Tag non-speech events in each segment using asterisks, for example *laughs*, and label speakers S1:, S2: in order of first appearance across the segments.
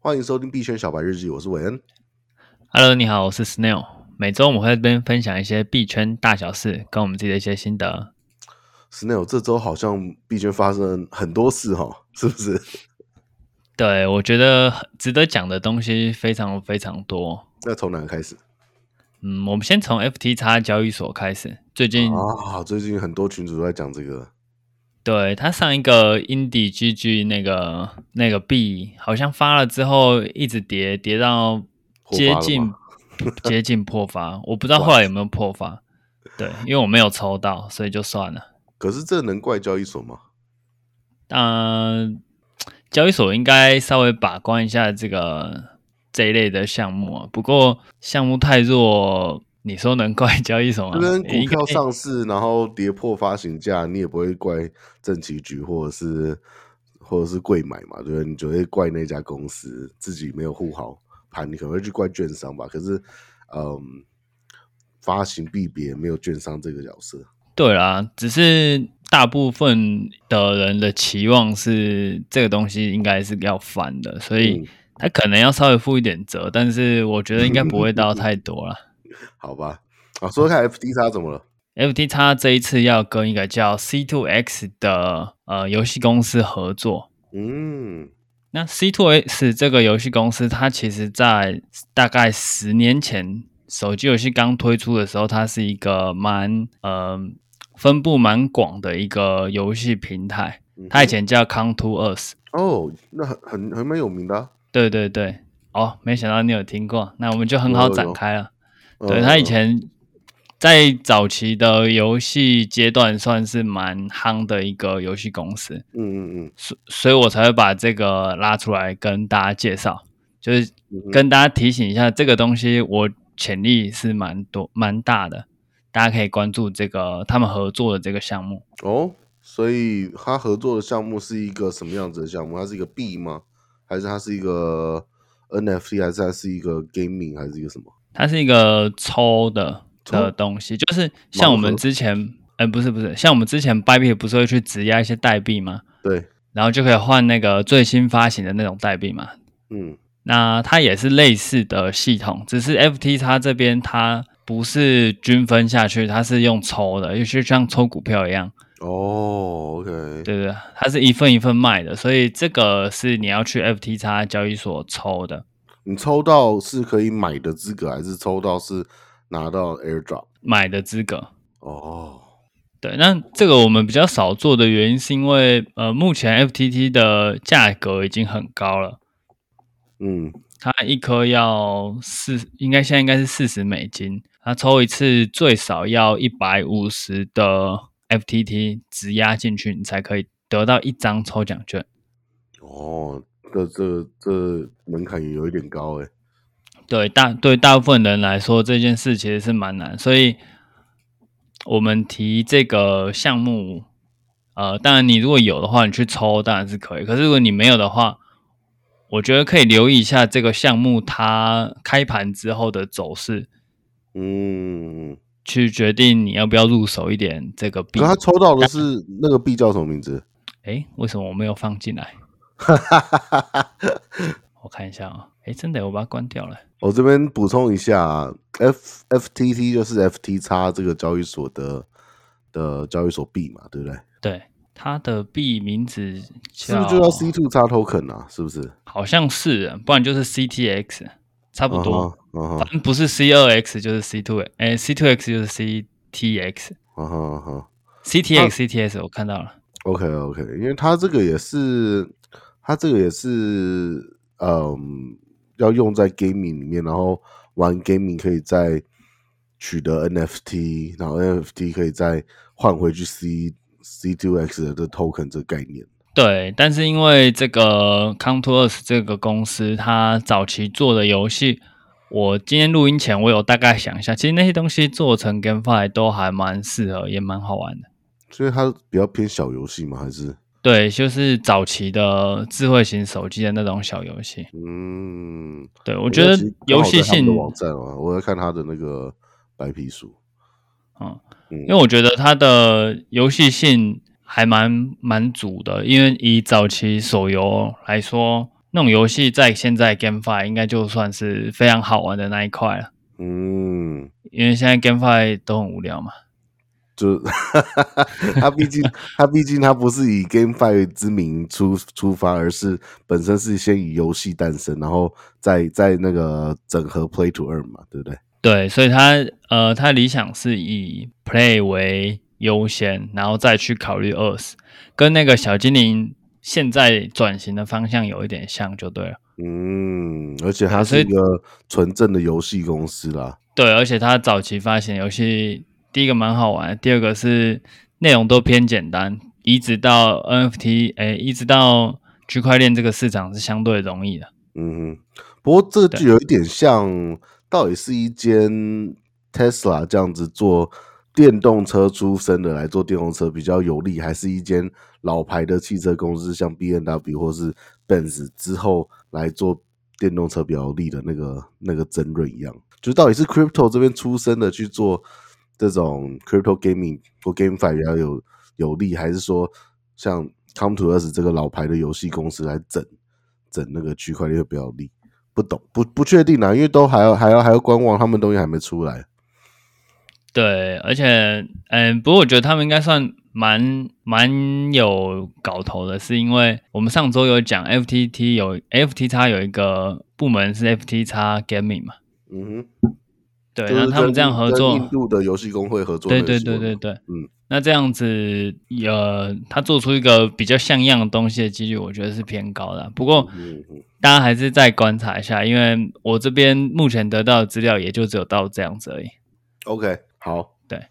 S1: 欢迎收听币圈小白日记，我是韦恩。
S2: Hello，你好，我是 Snail。每周我们会在这边分享一些币圈大小事，跟我们自己的一些心得。
S1: Snail，这周好像币圈发生很多事哈、哦，是不是？
S2: 对，我觉得值得讲的东西非常非常多。
S1: 那从哪个开始？
S2: 嗯，我们先从 FTX 交易所开始。最近，
S1: 啊，最近很多群主都在讲这个，
S2: 对他上一个 Indie GG 那个那个币，好像发了之后一直跌，跌到
S1: 破发了
S2: 接
S1: 吗
S2: 近接近破发，我不知道后来有没有破发。对，因为我没有抽到，所以就算了。
S1: 可是这能怪交易所吗？
S2: 嗯、交易所应该稍微把关一下这个这一类的项目啊。不过项目太弱，你说能怪交易所吗？
S1: 就跟股
S2: 应该
S1: 票上市然后跌破发行价，你也不会怪政企局或者是或者是贵买嘛，对不对？你只会怪那家公司自己没有护好盘，你可能会去怪券商吧。可是，嗯，发行币别没有券商这个角色，
S2: 对啦，只是大部分的人的期望是这个东西应该是要翻的，所
S1: 嗯
S2: 以他可能要稍微负一点责，但是我觉得应该不会到太
S1: *laughs*
S2: 多啦。
S1: 好吧？啊，说
S2: 嗯
S1: 看 FT 叉怎么了？
S2: FT x 这一次要跟一个叫 C2X 的呃游戏公司合作，
S1: 嗯，
S2: 那 C2S 这个游戏公司，它其实在大概十年前手机游戏刚推出的时候，它是一个蛮呃分布蛮广的一个游戏平台。
S1: 嗯哼
S2: 它以前叫 Come to Us，
S1: 哦，那很很很蛮有名的啊、
S2: 对对对。哦，没想到你有听过，那我们就很好
S1: 有有
S2: 展开了。对
S1: 嗯
S2: 它以前在早期的游戏阶段算是蛮夯的一个游戏公司。
S1: 嗯嗯
S2: 所所以我才会把这个拉出来跟大家介绍，就是
S1: 嗯
S2: 跟大家提醒一下，这个东西我潜力是蛮多蛮大的，大家可以关注这个他们合作的这个项目。
S1: 哦，所以他合作的项目是一个什么样子的项目？它是一个币吗？还是它是一个 NFT？还是它是一个 gaming？还是一个什么？
S2: 它是一个抽的
S1: 抽
S2: 的东西，就是像我
S1: 盲
S2: 们
S1: 盒
S2: 之前，呃，不是不是，像我们之前 Bybit 不是会去质押一些代币吗？
S1: 对，
S2: 然后就可以换那个最新发行的那种代币嘛，
S1: 嗯
S2: 那它也是类似的系统，只是 FT 它这边它不是均分下去，它是用抽的，也是像抽股票一样，
S1: 哦，OK，
S2: 对不对？它是一份一份卖的，所以这个是你要去 FT 叉交易所抽的，
S1: 你抽到是可以买的资格，还是抽到是拿到 airdrop？
S2: 买的资格。
S1: 哦，
S2: 对，那这个我们比较少做的原因是因为，呃，目前 FTT 的价格已经很高了，
S1: 嗯，
S2: 它一颗要四，应该现在应该是四十美金，它抽一次最少要一百五十的 FTT 直押进去，你才可以得到一张抽奖券。
S1: 哦，这这这门槛也有一点高哎。
S2: 对大对大部分人来说，这件事其实是蛮难，所以我们提这个项目，呃，当然你如果有的话，你去抽当然是可以，可是如果你没有的话，我觉得可以留意一下这个项目它开盘之后的走势。
S1: 嗯，
S2: 去决定你要不要入手一点这个币
S1: 可。他抽到的是那个币叫什么名字？ *laughs*
S2: 诶，为什么我没有放进来？我看一下啊、诶，真的，我把它关掉了。
S1: 我这边补充一下，F 啊 FTT 就是 FT 叉这个交易所的的交易所币嘛，对不对？
S2: 对，它的币名字
S1: 是不
S2: 叫，
S1: 是就叫 C two 叉 token 啊？是不是？
S2: 好像是，啊不然就是 CTX，
S1: 差
S2: 差不多。。
S1: 嗯哼
S2: 反，正不是 C 二 X 就是 C two，诶 c two X 就是 CTX，CTX、
S1: 嗯哼，嗯哼。
S2: CTS 我看到了。
S1: OK OK，因为它这个也是，它这个也是，嗯，要用在 gaming 里面，然后玩 gaming 可以再取得 NFT，然后 NFT 可以再换回去 C C two X 的这 token 这个概念。
S2: 对，但是因为这个 Contours 这个公司，它早期做的游戏，我今天录音前我有大概想一下，其实那些东西做成 GameFi 都还蛮适合，也蛮好玩的。
S1: 所以它比较偏小游戏嘛，还是
S2: 对，就是早期的智慧型手机的那种小游戏。
S1: 嗯，
S2: 对，我觉得
S1: 其实刚
S2: 游
S1: 好在
S2: 戏
S1: 他们
S2: 性
S1: 的，网站啊，我要看他的那个白皮书。
S2: 嗯，
S1: 嗯
S2: 因为我觉得它的游戏性还蛮蛮足的，因为以早期手游来说，那种游戏在现在 GameFi 应该就算是非常好玩的那一块了，
S1: 嗯，
S2: 因为现在 GameFi 都很无聊嘛。
S1: 就 *laughs* 他毕竟他毕竟他不是以 GameFi 之名出出发，而是本身是先以游戏诞生，然后再再那个整合 Play to Earn 嘛，对不对？
S2: 对，所以它呃，它理想是以 play 为优先，然后再去考虑 earth，跟那个小精灵现在转型的方向有一点像，就对了。
S1: 嗯，而且它
S2: 所
S1: 是
S2: 以
S1: 一个纯正的游戏公司啦。
S2: 对，而且它早期发行的游戏，第一个蛮好玩，第二个是内容都偏简单，移植到 NFT，哎，移植到区块链这个市场是相对容易的。
S1: 嗯哼，不过这
S2: 对
S1: 就有一点像，到底是一间 Tesla 这样子做电动车出身的来做电动车比较有利，还是一间老牌的汽车公司像 B N W 或是 Benz 之后来做电动车比较有利的那个那个争论一样？就是到底是 Crypto 这边出身的去做这种 Crypto Gaming 或 GameFi 比较有有利，还是说像 Come to Us 这个老牌的游戏公司来整整那个区块链会比较有利？不懂，不不确定啊，因为都还要还要还要观望，他们东西还没出来。
S2: 对，而且，嗯，不过我觉得他们应该算蛮蛮有搞头的，是因为我们上周有讲 FTT 有 FTX 有一个部门是 FTX Gaming 嘛，
S1: 嗯
S2: 对，
S1: 哼，
S2: 那他们
S1: 跟
S2: 这样合
S1: 跟
S2: 作
S1: 印，度的游戏工会合作那
S2: 对
S1: 个
S2: 对
S1: 新闻
S2: 对
S1: 嘛，
S2: 对对，
S1: 嗯，
S2: 那这样子，呃，他做出一个比较像样的东西的几率，我觉得是偏高的啊、不过
S1: 嗯嗯
S2: 大家还是再观察一下，因为我这边目前得到的资料也就只有到这样子而已。
S1: ，OK，好，
S2: 对，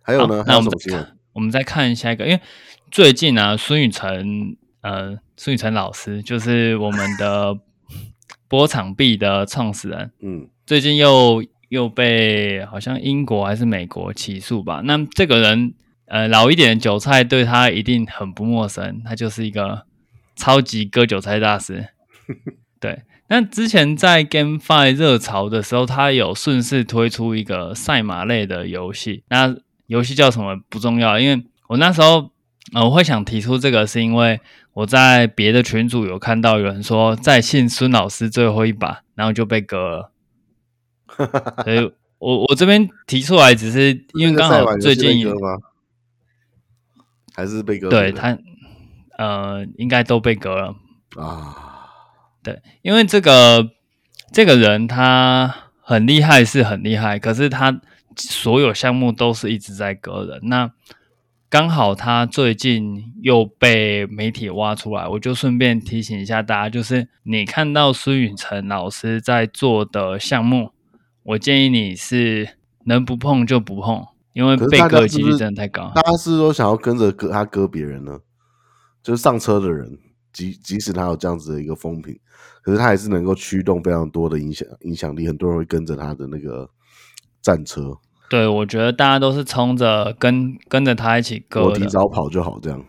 S1: 还有
S2: 好
S1: 呢？还
S2: 那
S1: 有
S2: 我
S1: 什
S2: 们
S1: 么
S2: 再
S1: 新闻？
S2: 看，我们再看下一个，因为最近啊，孙雨晨，呃，孙雨晨老师就是我们
S1: *laughs*
S2: 的波场币的创始人，
S1: 嗯
S2: 最近又又被好像英国还是美国起诉吧。那这个人，呃，老一点的韭菜对他一定很不陌生，他就是一个超级割韭菜大师。对，那之前在 GameFi 热潮的时候，他有顺势推出一个赛马类的游戏。那游戏叫什么不重要，因为我那时候。呃，我会想提出这个，是因为我在别的群组有看到有人说再信孙老师最后一把，然后就被割
S1: *laughs*
S2: 了。所以我我这边提出来，只是因为
S1: 那个
S2: 刚
S1: 赛马
S2: 好
S1: 游戏
S2: 最
S1: 被
S2: 近
S1: 割吗？还是被割
S2: 对
S1: 的
S2: 他呃应该都被割了，
S1: 啊，
S2: 对，因为这个这个人他很厉害是很厉害，可是他所有项目都是一直在割人。那刚好他最近又被媒体挖出来，我就顺便提醒一下大家，就是你看到苏允成老师在做的项目，我建议你是能不碰就不碰，因为
S1: 可是
S2: 被
S1: 大
S2: 割
S1: 家
S2: 的
S1: 是
S2: 几
S1: 不
S2: 率
S1: 是
S2: 真的太高。
S1: 大家是不是都想要跟着割他割别人呢？就是上车的人，即即使他有这样子的一个风评，可是他还是能够驱动非常多的影响影响力，很多人会跟着他的那个战车。
S2: 对，我觉得大家都是冲着跟跟着他一起割
S1: 我
S2: 的
S1: 提。早跑就好，这样。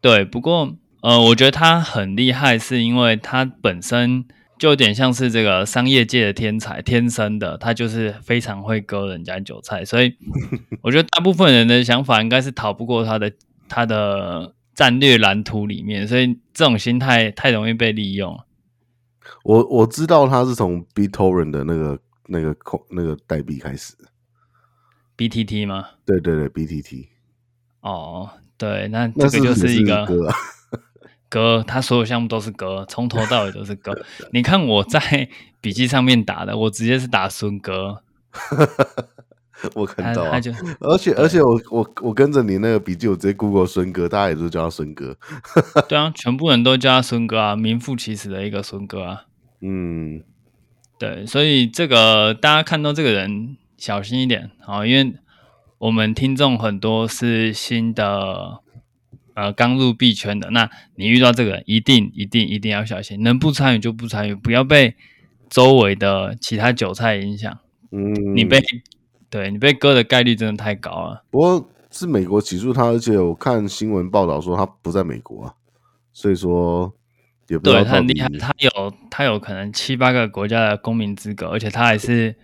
S2: 对，不过呃，我觉得他很厉害，是因为他本身就有点像是这个商业界的天才，天生的，他就是非常会割人家韭菜，所以
S1: *laughs*
S2: 我觉得大部分人的想法应该是逃不过他的他的战略蓝图里面，所以这种心态太容易被利用。
S1: 我我知道他是从 BitTorrent 的那个那个控那个代币开始，
S2: BTT 吗？
S1: 对对对，BTT，
S2: 哦，对，那
S1: 那
S2: 这
S1: 是
S2: 个就
S1: 不是
S2: 一个
S1: 歌啊， *laughs*
S2: 歌，他所有项目都是歌，从头到尾都是歌。 *laughs* 你看我在笔记上面打的，我直接是打孙哥，
S1: 我看
S2: 他
S1: 到
S2: 他
S1: 啊。
S2: 就
S1: 而且而且我我我跟着你那个笔记，我直接 Google 孙哥，大家也都叫他孙哥。
S2: 对啊，全部人都叫他孙哥啊，名副其实的一个孙哥啊。
S1: 嗯，
S2: 对，所以这个大家看到这个人小心一点啊、哦，因为我们听众很多是新的，呃，刚入币圈的，那你遇到这个人，一定一定一定要小心，能不参与就不参与，不要被周围的其他韭菜影响，
S1: 嗯，
S2: 你被、对你被割的概率真的太高了。
S1: 不过是美国起诉他，而且我看新闻报道说他不在美国啊，所以说也不知道
S2: 对他很
S1: 到底
S2: 厉害，他有他有可能七八个国家的公民资格，而且他还是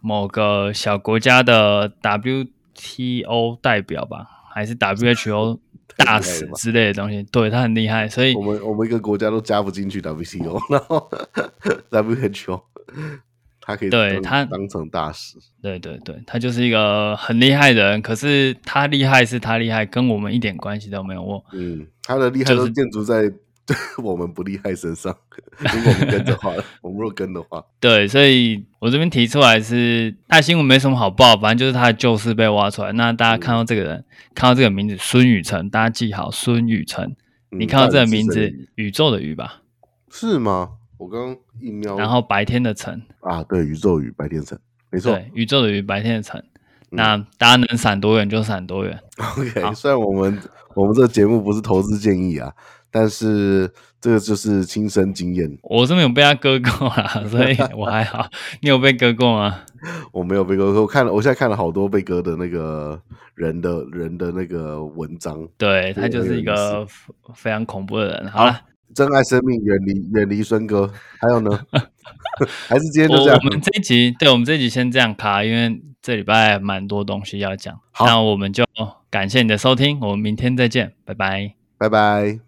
S2: 某个小国家的 WTO 代表吧，还是 WHO 大使 *laughs* 之类的东西，对他很厉害，所以
S1: 我们我们一个国家都加不进去 WTO，然后 *laughs* WHO，他可以
S2: 对
S1: 当
S2: 他
S1: 当成大使，
S2: 对对对，他就是一个很厉害的人。可是他厉害是他厉害，跟我们一点关系都没有。我
S1: 嗯，他的厉害
S2: 就
S1: 都
S2: 是
S1: 建筑在 *laughs* 我们不厉害身上。如果我们跟的
S2: *laughs*
S1: 话，我们若跟的话，
S2: 对，所以我这边提出来是大新闻没什么好报，反正就是他的旧事被挖出来。那大家看到这个人，看到这个名字孙宇晨，大家记好孙宇晨。
S1: 嗯
S2: 你看到这个名
S1: 大
S2: 字
S1: 人之神，
S2: 宇宙的宇吧，
S1: 是吗？我刚刚一瞄，
S2: 然后白天的晨，
S1: 啊，对，宇宙与白天神，没错。嗯
S2: 对，宇宙的宇，白天的晨。那大家能闪多远就闪多远。好
S1: OK，虽然我们我们这个节目不是投资建议啊，但是这个就是亲身经验，
S2: 我是没有被他割过
S1: *laughs*
S2: 啦，所以我还好。你有被割过吗？
S1: 我没有被割，我看了，我现在看了好多被割的那个人的人的那个文章。
S2: 对
S1: 这
S2: 他
S1: 个
S2: 就
S1: 很有
S2: 是一
S1: 意
S2: 个非非常恐怖的人。好了，
S1: 珍爱生命，远离远离孙哥。还有呢？ *laughs* 还是今天
S2: 我
S1: 就这样
S2: 我。们这一集，对我们这一集先这样卡，因为这礼拜蛮多东西要讲。
S1: 好
S2: 那我们就感谢你的收听，我们明天再见，拜拜。
S1: 拜拜。